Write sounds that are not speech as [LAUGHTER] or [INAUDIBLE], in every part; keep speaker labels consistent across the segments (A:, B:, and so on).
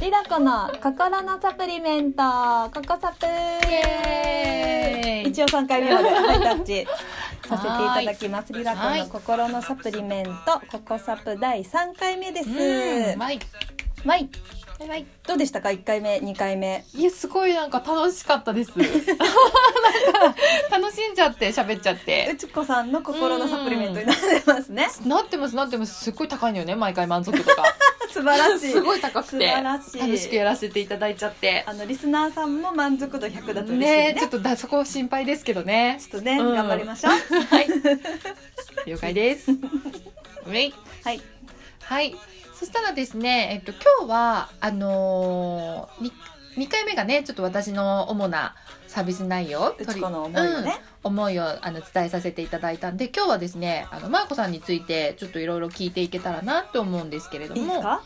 A: リラコの心のサプリメントココサプ
B: エーイ
A: 一応3回目までハイタッ
B: [LAUGHS]
A: チさせていただきますリラコの心のサプリメントココサプ第3回目です、
B: うん、はい、
A: はい
B: はい、
A: どうでしたか1回目2回目
B: いや、すごいなんか楽しかっ
A: [LAUGHS]
B: たです。なんか、楽しんじゃって、喋っちゃっ
A: う
B: て。
A: ちこさんの心のサプリメントになってますね
B: なって [LAUGHS] ます、なってます、すっごい高いのよね、毎回満足度が。
A: 素晴らしい
B: すごい高く
A: 素
B: て
A: 晴らしい
B: 楽しくやらせていただいちゃって。
A: あのリスナーさんも満足度100だと嬉しいね
B: ね、ちょっとだ、そこ心配ですけどね。
A: ちょっとね、
B: うん
A: 頑張りましょう
B: はい。了
A: [LAUGHS]
B: 解です。はい。
A: はい
B: はい。そしたらですね、えっと、今日は、あのー、に2回目がね、ちょっと私の主なサービス内容、
A: う
B: 取
A: ち
B: り
A: この思いをね、
B: 思いをあの伝えさせていただいたんで、今日はですね、あの、マーコさんについて、ちょっといろいろ聞いていけたらなと思うんですけれど
A: いいで
B: も、
A: すか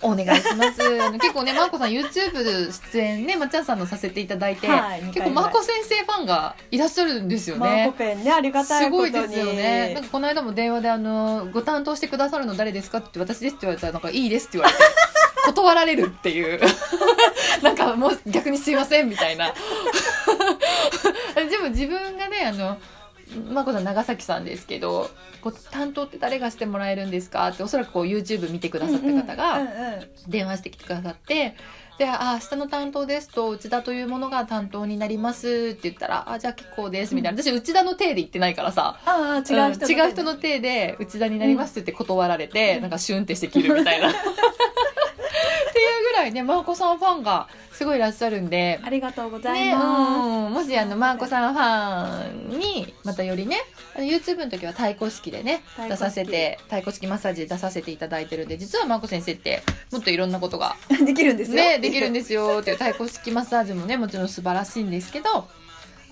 B: お願いします。あの結構ね、マーコさん YouTube 出演ね、まっちゃんさんのさせていただいて、
A: はい
B: 結構マーコ先生ファンがいらっしゃるんですよね。
A: マーコペンねありがた
B: す
A: いこ
B: ご
A: と
B: い
A: に
B: ですよね。なんかこの間も電話であの、ご担当してくださるの誰ですかって私ですって言われたら、なんかいいですって言われて、 [LAUGHS] 断られるっていう。 [LAUGHS] なんかもう逆にすいませんみたいな。 [LAUGHS] でも自分がね、あの、まこさん長崎さんですけど、ご担当って誰がしてもらえるんですかっておそらくこう YouTube 見てくださった方
A: うん
B: が
A: うんうんうん
B: 電話してきてくださって、で、あ、明日の担当ですと、内田というものが担当になりますって言ったら、あ、じゃあ結構ですみたいな。私内田の体で言ってないからさ、
A: ああ違う人、
B: ん違う人の手で内田になりますって言って断られて、なんかシュンってして切るみたいな。っていうぐらいね、マーコさんファンがすごいいらっしゃるんで、
A: ありがとうござい
B: ね、
A: ま
B: うんもしあの、マーコさんファンに、またよりね、あの YouTube の時は太鼓式でね、
A: 太鼓式
B: 出させて、太鼓式マッサージで出させていただいてるんで、実はマーコ先生って、もっといろんなことが
A: す、できるんですよ
B: ね、できるん
A: で
B: ですよっていう太鼓式マッサージもねもちろん素晴らしいんですけど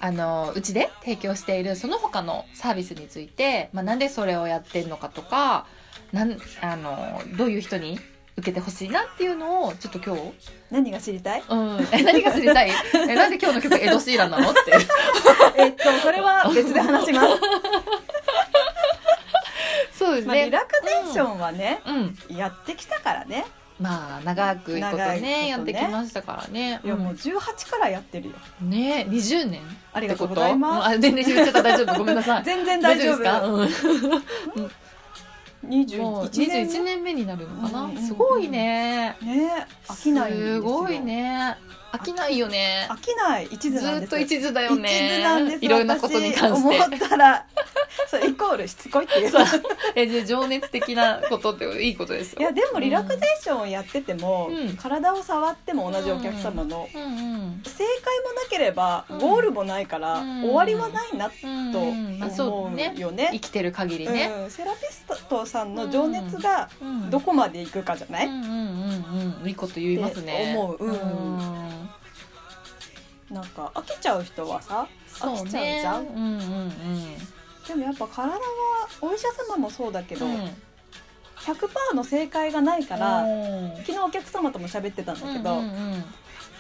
B: あのうちで提供しているその他のサービスについて、まあ、なんでそれをやってるのかとかなんあのどういう人に受けてほしいなっていうのをちょっと今日、
A: 何が知りたい
B: うん、え何が知りたいえなんで今日の曲エド・シーランなの
A: [LAUGHS]
B: って
A: えっとそれは別で話し
B: [LAUGHS]
A: ます、
B: そうです
A: まあ、リ
B: ね、
A: ラクゼーションはね、
B: うん
A: やってきたからね
B: まあ長くいいこと
A: 長い
B: ね
A: ことね
B: やってきましたからね
A: いやもう18からやってるよ
B: うんね20年
A: あり
B: って
A: がとうご
B: こと
A: ざいます
B: うんあ全然言っちゃった大丈夫ごめんなさい
A: 全然大丈夫
B: ですか、うん、もう
A: 21年
B: 21年目になるのかな、
A: うんうんうん
B: すごいね
A: ね飽きないんですよ
B: すごいね飽きないよね
A: 飽きない一
B: ず
A: 途なんで
B: ーっ
A: す
B: と一途だよね
A: 一途なんです
B: いろんなことに関し
A: 私
B: て
A: 思ったらそれイコールしつこいっていう
B: そう [LAUGHS] えじゃあ情熱的なことっていいことですよ
A: いやでもリラクゼーションをやってても、
B: うん
A: 体を触っても同じお客様の、
B: うんうん
A: 正解もなければ
B: うん
A: ゴールもないから、
B: うん
A: 終わりはないな
B: うん
A: と
B: うんまあそ
A: 思
B: う
A: う
B: ね
A: よ
B: 生
A: ね。
B: きてる限りね、
A: うん、セラピストさんの情熱が
B: うん
A: どこまでいくかじゃな
B: う
A: い、
B: んうんうんうんいいこと言いますね
A: って思ううん
B: ん
A: なんか飽きちゃう人はさ飽きちゃうじゃん、
B: そうねうんうんうん
A: でもやっぱ体はお医者様もそうだけど、
B: うん
A: 100%の正解がないから、
B: うん
A: 昨日お客様とも喋ってたんだけど、
B: うんうんうん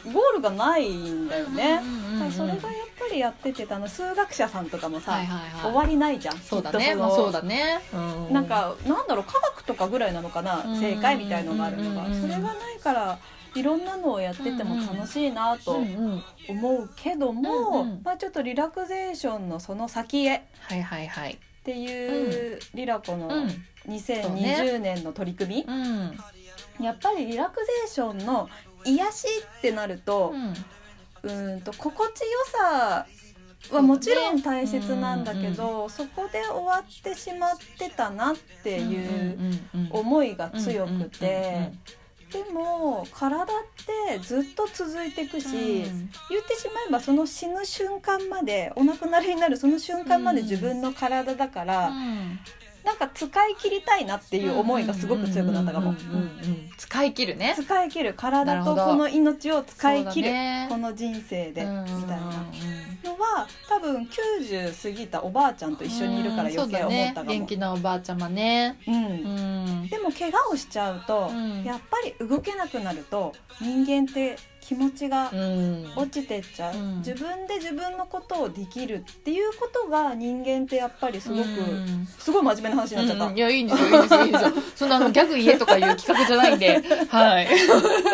A: ゴールがないんだよね、
B: うんうんうん
A: だからそれがやっぱりやっててあの数学者さんとかもさ、
B: はいはいは
A: 終
B: い
A: わりないじゃん
B: そうだ
A: きっ
B: ね
A: と
B: まあ
A: の
B: そうだね、うん
A: なんかなんだろう科学とかぐらいなのかな、
B: うん
A: 正解みたいのがあるのが、
B: うん
A: それがないからいろんなのをやってても楽しいな
B: う
A: と
B: んうん
A: 思うけども、
B: うんうん
A: まあ、ちょっとリラクゼーションのその先へ
B: はいはいはい
A: っていう、リラコの
B: うん
A: 2020年の取り組み、
B: うん
A: やっぱりリラクゼーションの癒しってなると
B: う、ん
A: うーんと心地よさはもちろん大切なんだけどそ,、こで終わってしまってたなっていう。思いが強くて、でも体ってずっと続いていくし、言ってしまえばその死ぬ瞬間までお亡くなりになるその瞬間まで自分の体だから、なんか使い切りたいなって
B: て
A: いう思いがすごく強くなったかも。
B: 使い切るね
A: 使い切る
B: な
A: 体
B: る
A: と
B: ほど
A: この命を使い切る、こ
B: の
A: の人生で、みたいな。
B: な
A: のは多分90過ぎたおばあちゃんと一緒にいるから余計思ったかも、
B: 元気なおばあちゃまね
A: うん
B: うん
A: でもも怪我をしちゃうと、
B: うん
A: やっぱり動けなくなると人間って気持ちが
B: うん
A: 落ちてっちゃう、
B: うん
A: 自分で自分のことをできるっていうことが人間ってやっぱりすごく、
B: うん
A: すごい真面目な話になっちゃった、
B: うんうんいやいいんですよいいんですよいいんですよそんなあのギャグ家とかいう企画じゃないんではい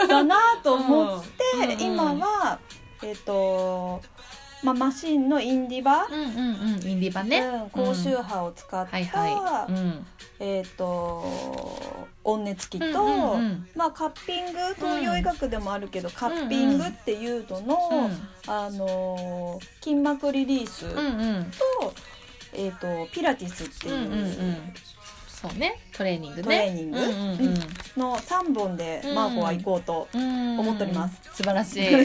A: だなと思って、
B: うんうん
A: 今はえっ、と、まあ、マシンのインディバ、
B: うんうんうんインディー版ね、
A: うん、高周波を使った、
B: はいはい、うん、
A: えっ、と音熱機と、
B: うんうん
A: まあ、カッピング東洋医学でもあるけど、カッピングっていうのの、
B: うん
A: あのー筋膜リリースと,、
B: うんうん
A: えー、とピラティスって
B: うんうんう
A: いうん
B: そうねトレーニングね
A: トレーニング
B: うん
A: の3本でマーコは行こうと、
B: うんうん
A: 思っております
B: 素晴らしい
A: [LAUGHS]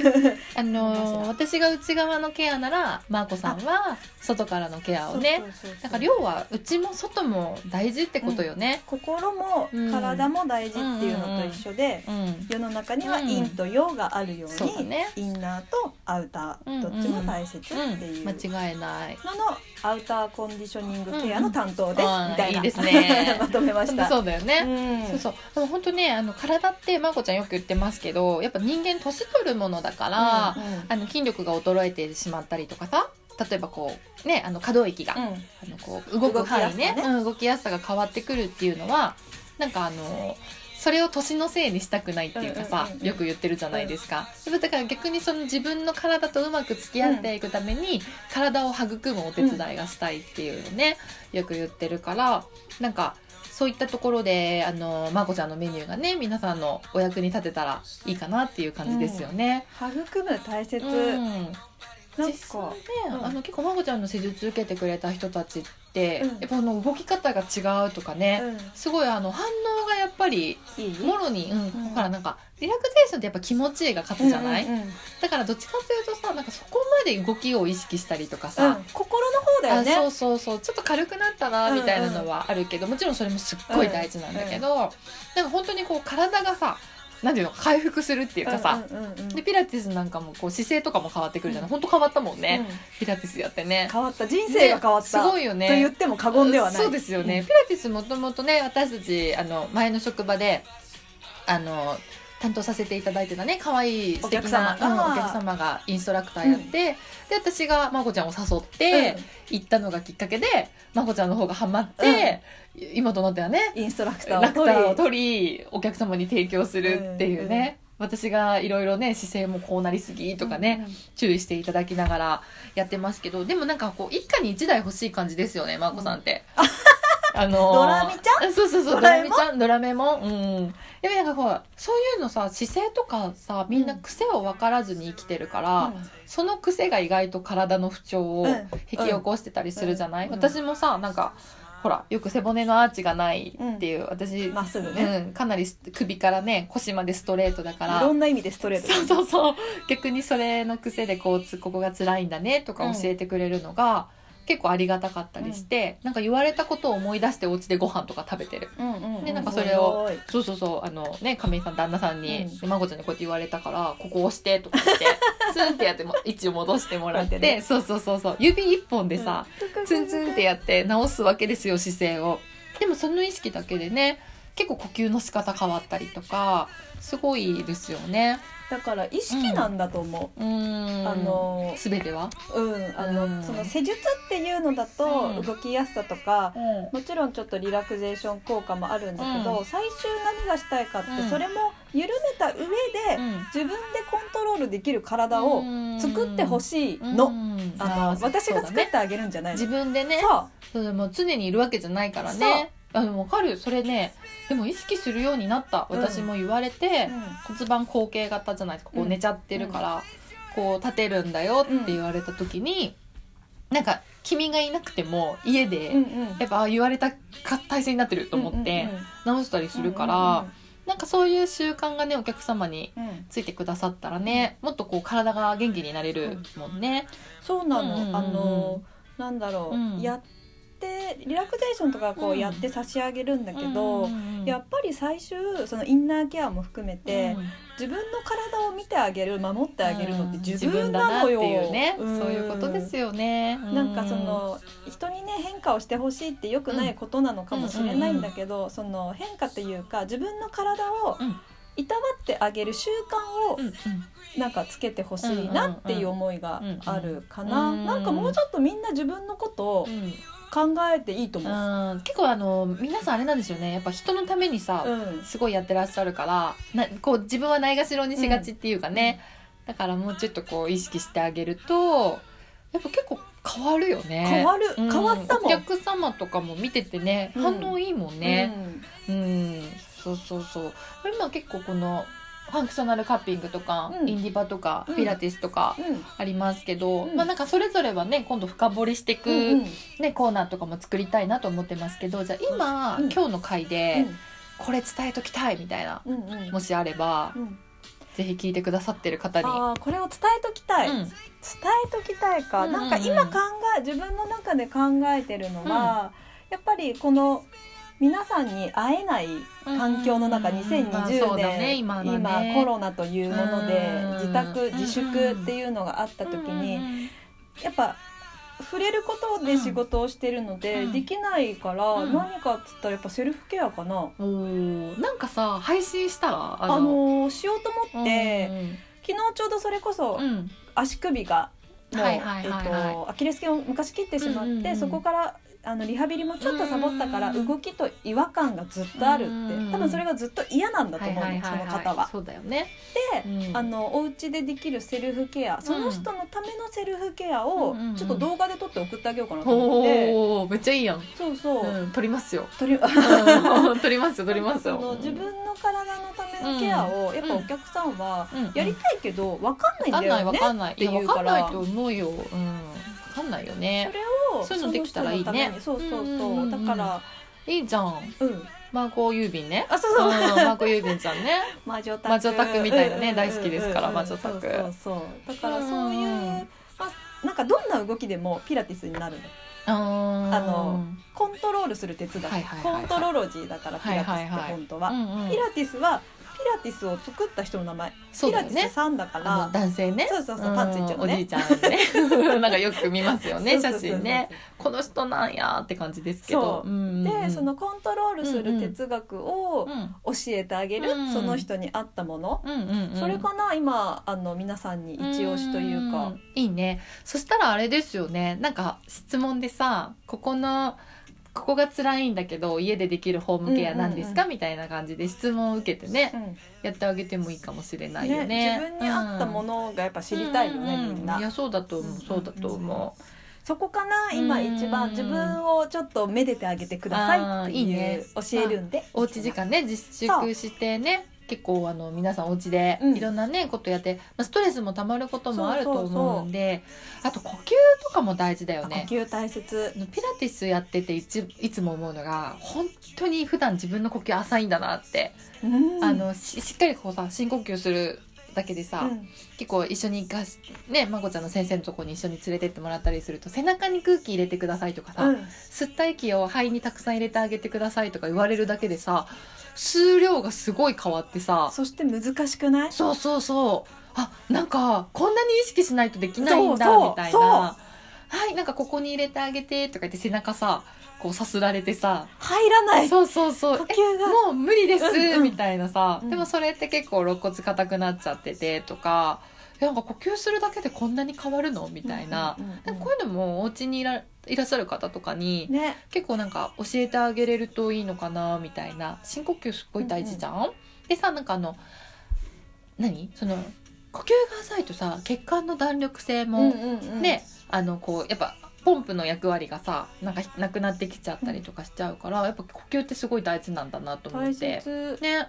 B: あのー
A: 素
B: 私が内側のケアならマーコさんは外からのケアをね
A: そうそうそうそう
B: だから量はうちも外も大事ってことよね
A: 心も
B: うん
A: 体も大事っていうのと一緒で、
B: うん、
A: 世の中には陰と陽があるよう
B: そうだ
A: に、
B: ね
A: インナーとアウタ
B: うん
A: ーどっちも大切っていう
B: うん、
A: の
B: 間違いない
A: のアウターコンディショニングケアの担当です、
B: うんうん
A: みたいな
B: あーいいです
A: [LAUGHS]
B: ね
A: まとめました。
B: そうだよね、
A: うん
B: そうそうでも本当ねあの体ってまこちゃんよく言ってますけどやっぱ人間年取るものだから、あの筋力が衰えてしまったりとかさ例えばこうねあの可動域が、
A: うん
B: あ
A: うん
B: のこう動く
A: 動きや
B: 範
A: すさ
B: 囲ね
A: ね
B: うん、動きやすさが変わってくるっていうのはなんかあのそれを年のせいにしたくないっていうかさ、
A: うんうんうんうん
B: よく言ってるじゃないですか、やっぱだから逆にその自分の体とうまく付き合っていくために、体を育むお手伝いがしたいっていうのね、よく言ってるからなんかそういったところであのまこちゃんのメニューがね皆さんのお役に立てたらいいかなっていう感じですよね。
A: 育む大切、
B: うん
A: なん
B: 実際
A: か
B: ね、
A: うん
B: あの結構まこちゃんの施術受けてくれた人たちって、
A: うん
B: やっぱあの動き方が違うとかね、
A: う
B: すごいあの反応がやっぱり
A: ん、いい
B: もろに、うん
A: ん
B: ほらなんかリラクゼーションってやっぱ気持ちいいが勝つじゃない、
A: うんうんうん
B: だからどっちかというとさなんかそこまで動きを意識したりとか
A: う
B: さ
A: ん、心の方だよ
B: あ
A: ね
B: そうそうそうちょっと軽くなったなみたいなのはあるけど、もちろんそれもすっごい大事なんだけど、なんか本当にこう体がさなんていうの回復するっていうかさ、
A: うんうんうんうん
B: でピラティスなんかもこう姿勢とかも変わってくるじゃない、本当変わったもんね、
A: うん
B: ピラティスやってね
A: 変わった人生が変わっ
B: ね
A: た、
B: すごいよね
A: と言っても過言ではない
B: そうですよね、
A: うん
B: ピラティスもともとね私たちあの前の職場であの担当させていただいてたね可愛い素敵
A: お
B: な
A: 客様が
B: うんお客様がインストラクターやって、
A: うん
B: で私がまこちゃんを誘って行ったのがきっかけで、まこちゃんの方がハマって、今となってはね
A: うんインストラクタ
B: ラ
A: ーを
B: クター
A: 取り
B: を取りお客様に提供するっていうね、私がいろいろね姿勢もこうなりすぎとかね、、注意していただきながらやってますけどでもなんかこう一家に一台欲しい感じですよねまーこさんって。あのー
A: [LAUGHS] ドラミち
B: ゃんそうそうそ
A: ド
B: うド
A: ラ
B: ラ
A: えもん
B: ミちゃんドラメもうんでもなんかこうそういうのさ姿勢とかさみんな癖を分からずに生きてるから、その癖が意外と体の不調を
A: うん
B: 引き起こしてたりするじゃない、
A: うんうん
B: 私もさなんかほらよく背骨のアーチがないっていう、私、
A: うんまっすぐね、
B: うん、かなり首からね腰までストレートだから
A: いろんな意味でストレート
B: そうそうそう逆にそれの癖でこうつここが辛いんだねとか
A: うん
B: 教えてくれるのが、結構ありがたかったりして、なんか言われたことを思い出してお家でご飯とか食べてる
A: うんうんうん
B: でなんかそれを
A: すごい
B: そうそうそうあのね亀井さん旦那さんに、
A: うん
B: でまこちゃんにこうやって言われたからここ押してとか [LAUGHS] 言ってスンってやっても位置を戻してもらって
A: こうやってね
B: そうそうそうそう指一本でさ、ツンツンってやって直すわけですよ姿勢をでもその意識だけでね結構呼吸の仕方変わったりとかすごいですよね
A: だから意識なんだと思
B: うー
A: う、
B: ん
A: あの
B: 全ては、
A: うんあの、
B: うん
A: その施術っていうのだ
B: う
A: と
B: ん
A: 動きやすさとか、
B: うん
A: もちろんちょっとリラクゼーション効果もあるんだけど、
B: う
A: 最終何がしたいかって、
B: うん
A: それも緩めた上で、自分でコントロールできる体を作ってほ
B: い
A: しいの、あの私が作っ
B: ね、
A: てあげるんじゃないの
B: 自分でね
A: そう
B: そうでも常にいるわけじゃないからねあでも分かるそれねでも意識するようになった
A: うん
B: 私も言われて、
A: う
B: 骨盤後傾型じゃないですかこ
A: う
B: うん寝ちゃってるから、こう立てるんだよって言われた時に、なんか君がいなくても家で、
A: んうん
B: やっぱあ言われたか体勢になってると思って直したりするから、なんかそういう習慣がねお客様に
A: うんうんうんうん
B: ついてくださったらねもっとこう体が元気になれるもんね。
A: そうなの、
B: うんうんうん
A: あのなんだろう、
B: うん
A: やっってリラクゼーションとかこ
B: う
A: うんやって差し上げるんだけど、や
B: や
A: っぱり最終そのインナーケアも含めて、自分の体を見てあげる守ってあげるのって自分なのよ、
B: 自分だなっていう
A: う
B: ね、
A: ん
B: そういうことですよね、
A: なんかその人にね変化をしてほしいって良くないことなのかもしれないんだけど、その変化というか自分の体を
B: うん
A: いたわってあげる習慣を
B: うんうん
A: なんかつけてほしいなっていう思いがあるかな、
B: うん
A: なんかもうちょっとみんな自分のことを
B: うん
A: 考えていいと思う、
B: うん結構あの皆さんあれなんですよねやっぱ人のためにさ、
A: うん
B: すごいやってらっしゃるからなこう自分はないがしろにしがちっていうかね、だからもうちょっとこう意識してあげるとやっぱ結構変わるよね
A: 変わる、
B: うん
A: 変わったも
B: お
A: ん、
B: 客様とかも見ててね、
A: うん
B: 反応いいもんね
A: うん
B: うん、そうそうそう今結構このファンクショナルカッピングとか、
A: うん
B: インディバとか、
A: うん
B: ピラティスとか
A: うん
B: ありますけど、
A: うん
B: まあなんかそれぞれはね今度深掘りしていく、
A: うんうん
B: ね、コーナーとかも作りたいなと思ってますけどじゃあ今、
A: うん
B: 今日の回でこれ伝えときたいみたいな、
A: うんうん
B: もしあれば、
A: うん
B: ぜひ聞いてくださってる方に。
A: あーこれを伝えときたい、
B: うん
A: 伝えときたいか、
B: うんうんうん
A: なんか今考え自分の中で考えてるのは、やっぱりこの皆さんに会えない環境の中、
B: うんうんうんまあそ
A: 2020
B: うだね
A: 年、
B: 今のね
A: コロナというもので、
B: うん
A: 自宅自粛っていうのがあった時に、
B: うん
A: やっぱ触れることで仕事をしてるので、
B: うん
A: できないから、
B: うん
A: 何かっつったらやっぱセルフケアかな。
B: おーなんかさ配信したら
A: あのーしようと思って、昨日ちょうどそれこそ、
B: うんうん
A: 足首がもう
B: は
A: え
B: い
A: っ
B: はいはいはい
A: とアキレス腱を昔切ってしまって、
B: うんうんうん
A: そこからあのリハビリもちょっとサボったから、
B: うんうん
A: 動きと違和感がずっとあるって、
B: うん
A: 多分それがずっと嫌なんだと
B: はい
A: 思うの、
B: はいは
A: その
B: い
A: 方
B: はい
A: は。
B: そうだよね
A: で、
B: うん
A: あのお家でできるセルフケアその人のためのセルフケアを
B: うんうんうん
A: ちょっと動画で撮って送ってあげようかなと思って、
B: おーめっちゃいいやん、
A: そうそう、
B: うん、撮りますよ
A: 撮り
B: [LAUGHS] うん撮りますよ撮ります
A: その
B: よ
A: 自分の体のためのケアを、やっぱお客さんはやりたいけど分かんな
B: わか
A: い
B: ん
A: んだ
B: ない
A: よ
B: わ
A: ね、
B: かんない。いや
A: ってい
B: わ
A: う
B: か
A: か
B: ん
A: ら
B: ないと思うよ。うん。わかんないよね
A: そ。れを
B: そういうのできたらいいね
A: その人のためにそうそうそう,、
B: うんうんうん
A: だから
B: いいじゃん。
A: うん
B: マーコ郵便ね。
A: あそう
B: うん、
A: そう、
B: マーコ郵便ちゃんね。
A: 魔女宅
B: 魔女宅みたい
A: うん
B: なね
A: うんうんうん
B: 大好きですから魔女宅
A: そうそうそうだからそういう、
B: うん
A: まあ、なんかどんな動きでもピラティスになるの [LAUGHS]
B: あ
A: あのコントロールする哲学、
B: はいはいはいはい
A: コントロロジーだからピラティス
B: はい
A: っ
B: はい
A: て
B: はい
A: 本当は,、
B: うんうん
A: ピラティスはピラティスを作った人の名前、
B: そ
A: ピ
B: うだ
A: ラ
B: よ
A: ティ
B: ね
A: ス。さんだか
B: あ
A: ら
B: の男性ね。
A: そうそうそうパンツ一丁のね
B: うんおじいちゃん
A: [LAUGHS]
B: ね。なんかよく見ますよね
A: そう
B: 写
A: そうそうそう
B: 真ね。この人なんやって感じですけど。
A: そう
B: うんうん
A: でそのコントロールする哲学を
B: うん
A: 教えてあげる、
B: うん
A: その人に合ったもの、
B: うんうんうん
A: それかな今あの皆さんに一押しというか、
B: んいいねそしたらあれですよねなんか質問でさここのここが辛いんだけど家でできるホームケアなんですか、みたいな感じで質問を受けてね
A: うん
B: やってあげてもいいかもしれないよね
A: ね自分に合ったも
B: の
A: のがやっぱ知りたいよね、みんない
B: やそうだと思うそうだと思う、
A: そこかな今
B: うん
A: 一番自分をちょっとめでてあげてくださいって
B: あーいいね
A: いう教えるんで
B: おうち時間ね自粛してね結構あの皆さんお家で
A: うん
B: いろんなね、ことやって、まあ、ストレスもたまることもあると思うんであと呼吸とかも大事だよ
A: 呼
B: ね
A: 吸大切
B: あのピラティスやってていついつも思うのが本当に普段自分の呼吸浅いんだなって、
A: うん
B: あのししっかりこうさ深呼吸するだけでさ、
A: うん
B: 結構一緒にがしねまこちゃんの先生のとこに一緒に連れてってもらったりすると背中に空気入れてくださいとかさ、
A: うん
B: 吸った息を肺にたくさん入れてあげてくださいとか言われるだけでさ数量がすごい変わってさ
A: そして難しくない
B: そうそうそうあなんかこんなに意識しないとできないんだ
A: そうそう
B: みたい
A: そう
B: なはいなんかここに入れてあげてとか言って背中さこうさすられてさ
A: 入らない呼
B: そうそうそうえ
A: 吸が
B: もう無理です、
A: うんうん
B: みたいなさ
A: うん
B: でもそれって結構肋骨硬くなっちゃっててとかえなんか呼吸するだけでこんなに変わるのみたいな,、
A: うんうんうん
B: なんかこういうのもお家にいらいらっしゃる方とかに
A: ね
B: 結構なんか教えてあげれるといいのかなみたいな深呼吸すごい大事じゃん、でさなんかあの何その呼吸が浅いとさ血管の弾力性
A: うん
B: も、
A: うんうん
B: ねあのこうやっぱポンプの役割がさなんかなくなってきちゃったりとかしちゃうから、やっぱ呼吸ってすごい大事なんだなと思っ
A: 大
B: て
A: 切
B: ね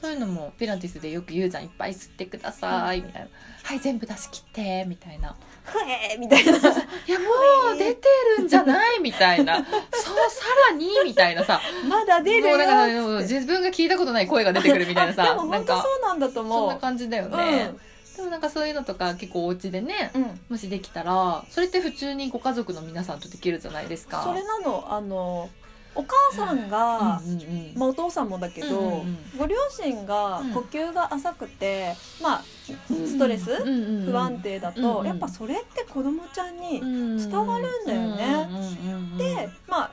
B: そういうのもピラティスでよく言うじゃんいっぱい吸ってくださいみたいな、はい全部出し切ってみたいな
A: ふえーみたいな
B: [LAUGHS] いやもう出てるんじゃないみたいなそうさらにみたいなさ
A: まだ出るよ
B: もうなんか
A: っつって
B: 自分が聞いたことない声が出てくるみたいな
A: あ [LAUGHS] で
B: さ
A: も
B: なん
A: 本当
B: か
A: そうなんだと
B: そん
A: 思
B: な
A: う
B: 感じだよね、
A: うん
B: でもなんかそういうのとか結構お家でね
A: うん
B: もしできたらそれって普通にご家族の皆さんとできるじゃないですか
A: それなのあのお母さんが、
B: うんうんうん
A: まあ、お父さんもだけど、
B: うんうんうん
A: ご両親が呼吸が浅くて、まあストレス、
B: うんうんうん
A: 不安定だと、
B: うんうん
A: やっぱそれって子供ちゃんに、
B: 伝
A: わるんだよねで
B: で
A: まあ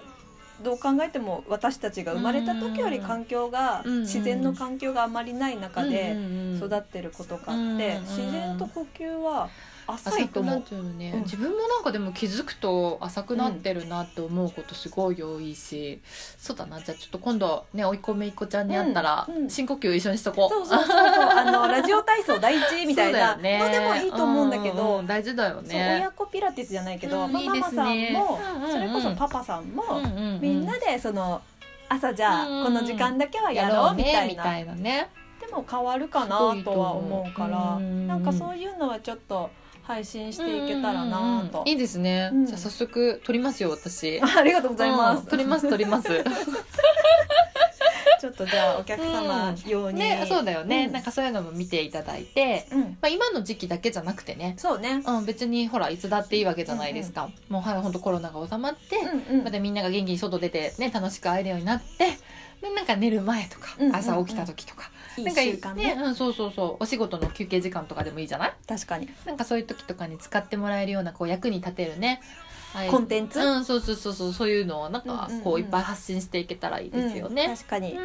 A: どう考えても私たちが生まれた時より環境が、
B: うんうん
A: 自然の環境があまりない中で育
B: っ
A: ってることがあって、
B: うん
A: 自然と呼吸は浅
B: 浅
A: いと
B: く
A: 思
B: な
A: う
B: っ。てるよね、
A: うん
B: 自分もなんかでも気づくと浅くなってるなって思うことすごい多いし、そうだなじゃあちょっと今度ね甥いっ子めいっ子ちゃんに会ったら、
A: うんうん
B: 深呼吸一緒にしとこう
A: そうそうそうそうあのラジオ体操第一みたいな
B: そう
A: の
B: だ
A: で
B: よね
A: もいいと思うんだけど、
B: ううん大事だよ
A: そう
B: ね
A: 親子ピラティスじゃないけど、
B: うん
A: まあ
B: いいです
A: ママさん
B: ね
A: も、
B: うんうんうん
A: それこそパパさんも、
B: うんうんうん
A: みんなでその朝じゃあ、
B: うんうん
A: この時間だけはやろうみたい
B: み
A: な
B: たいなね
A: でも変わるかなとは思うからなんかそういうのはちょっと配信していけたらな
B: うんうんう
A: と
B: んい。いですね、
A: うん
B: じゃあ早速撮りますよ私
A: [LAUGHS] ありがとうございま
B: うん
A: す。
B: 撮ります撮ります
A: [LAUGHS] ちょっとじゃあお客様用に、
B: ねそうだよね、なん
A: か、
B: かそういうのも見ていただいて、
A: うん、
B: まあ、今の時期だけじゃなくてね
A: そうね。
B: うん、別にほらいつだっていいわけじゃないですか、もうはい本当コロナが収まって、
A: うんうん。
B: またみんなが元気に外出てね楽しく会えるようになってでなんか寝る前とか
A: うんうんうん
B: 朝起きた時とか、
A: いい
B: なんか
A: 習慣ね
B: うん、そうそうそうお仕事の休憩時間とかでもいいじゃない
A: 確かに。
B: なんかそういう時とかに使ってもらえるようなこう役に立てるねああいう
A: コンテンツ
B: うんそうそうそうそうそういうのをなん
A: う
B: か
A: んうんうん
B: こういっぱい発信していけたらいいですよ
A: うん
B: ね、
A: 確か
B: うん
A: に。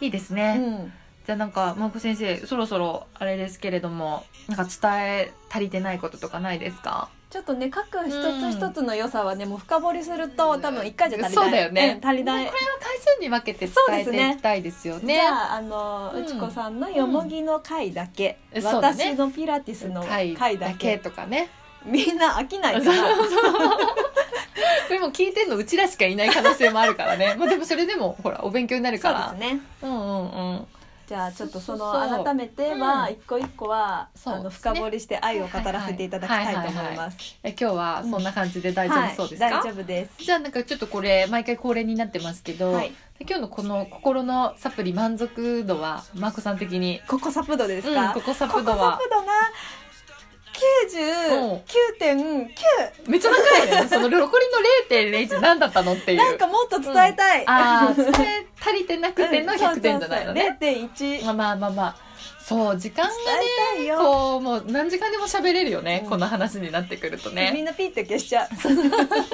B: いいです
A: う
B: ね、
A: ん。
B: じゃあなんか真子先生そろそろあれですけれどもなんか伝え足りてないこととかないですか
A: ちょっとね各一つ一つの良さはね、もう深掘りすると多分一回じゃ足りない。
B: そうだよね
A: ん足りない。
B: これは回数に分けて伝えていきたいですよね
A: じゃああの、
B: う
A: うんちこさんのよもぎの回だけ、
B: うんそうだね
A: 私のピラティスの
B: 回
A: 回だけ
B: だけとかね
A: みんな飽きない
B: [LAUGHS]
A: から
B: これも聞いてんのうちらしかいない可能性もあるからね [LAUGHS] まあでもそれでもほらお勉強になる
A: そ
B: か
A: うで
B: ら
A: すね
B: うんうんうん
A: じゃあちょっとそ
B: そうそうそう
A: の改めては
B: うん
A: 一個一個は、
B: そう
A: あの
B: ですね
A: 深掘りして愛を語らせていただきたいと思います。
B: え今日はそんな感じで大丈夫そうですか、
A: はい、大丈夫です。
B: じゃあなんかちょっとこれ毎回恒例になってますけど、
A: はい
B: 今日のこの心のサプリ満足度はマーコさん的に
A: ここサプドです
B: うん
A: か？
B: ここサ
A: ここ
B: プ
A: サ
B: ドは
A: プドな九十九点九。
B: めっちゃ長いねその残りの0.01何だったのっていう
A: なんかもっと伝えたい。 [LAUGHS]
B: ああ伝え足りてなくての100点じゃないのね
A: 零点一。
B: まあまあまあまあそう時間が
A: 伝えたいよ。
B: こうもう何時間でも喋れるよね、
A: うん
B: この話になってくると
A: みん
B: ね
A: なピーって消しちゃう。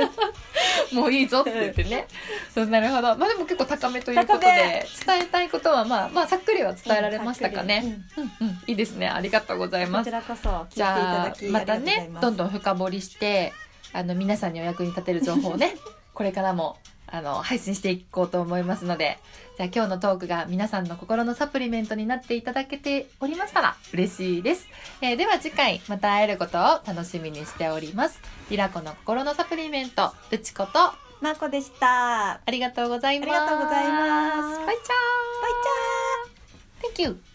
B: もういいぞって言ってねそうなるほどまあでも結構高めということ
A: 高め
B: で伝えたいことはまあまあさっくりは伝えられましたか
A: う
B: ね
A: ん。
B: うんうんいいですねありがとうございま
A: こち
B: す
A: らこそ聞いてい
B: じゃ
A: ただ
B: あ
A: き
B: ま
A: ありが
B: た
A: とうござい
B: ね
A: ます。
B: どんどん深掘りしてあの皆さんにお役に立てる情報を [LAUGHS] ねこれからもあの配信していこうと思いますのでじゃあ今日のトークが皆さんの心のサプリメントになっていただけておりましたら嬉しいです、えーでは次回また会えることを楽しみにしておりますリラコの心のサプリメントうちことあ
A: まこでした。
B: りがとうございます
A: ありがとうございます
B: バイチャー
A: バイチャー。
B: Thank you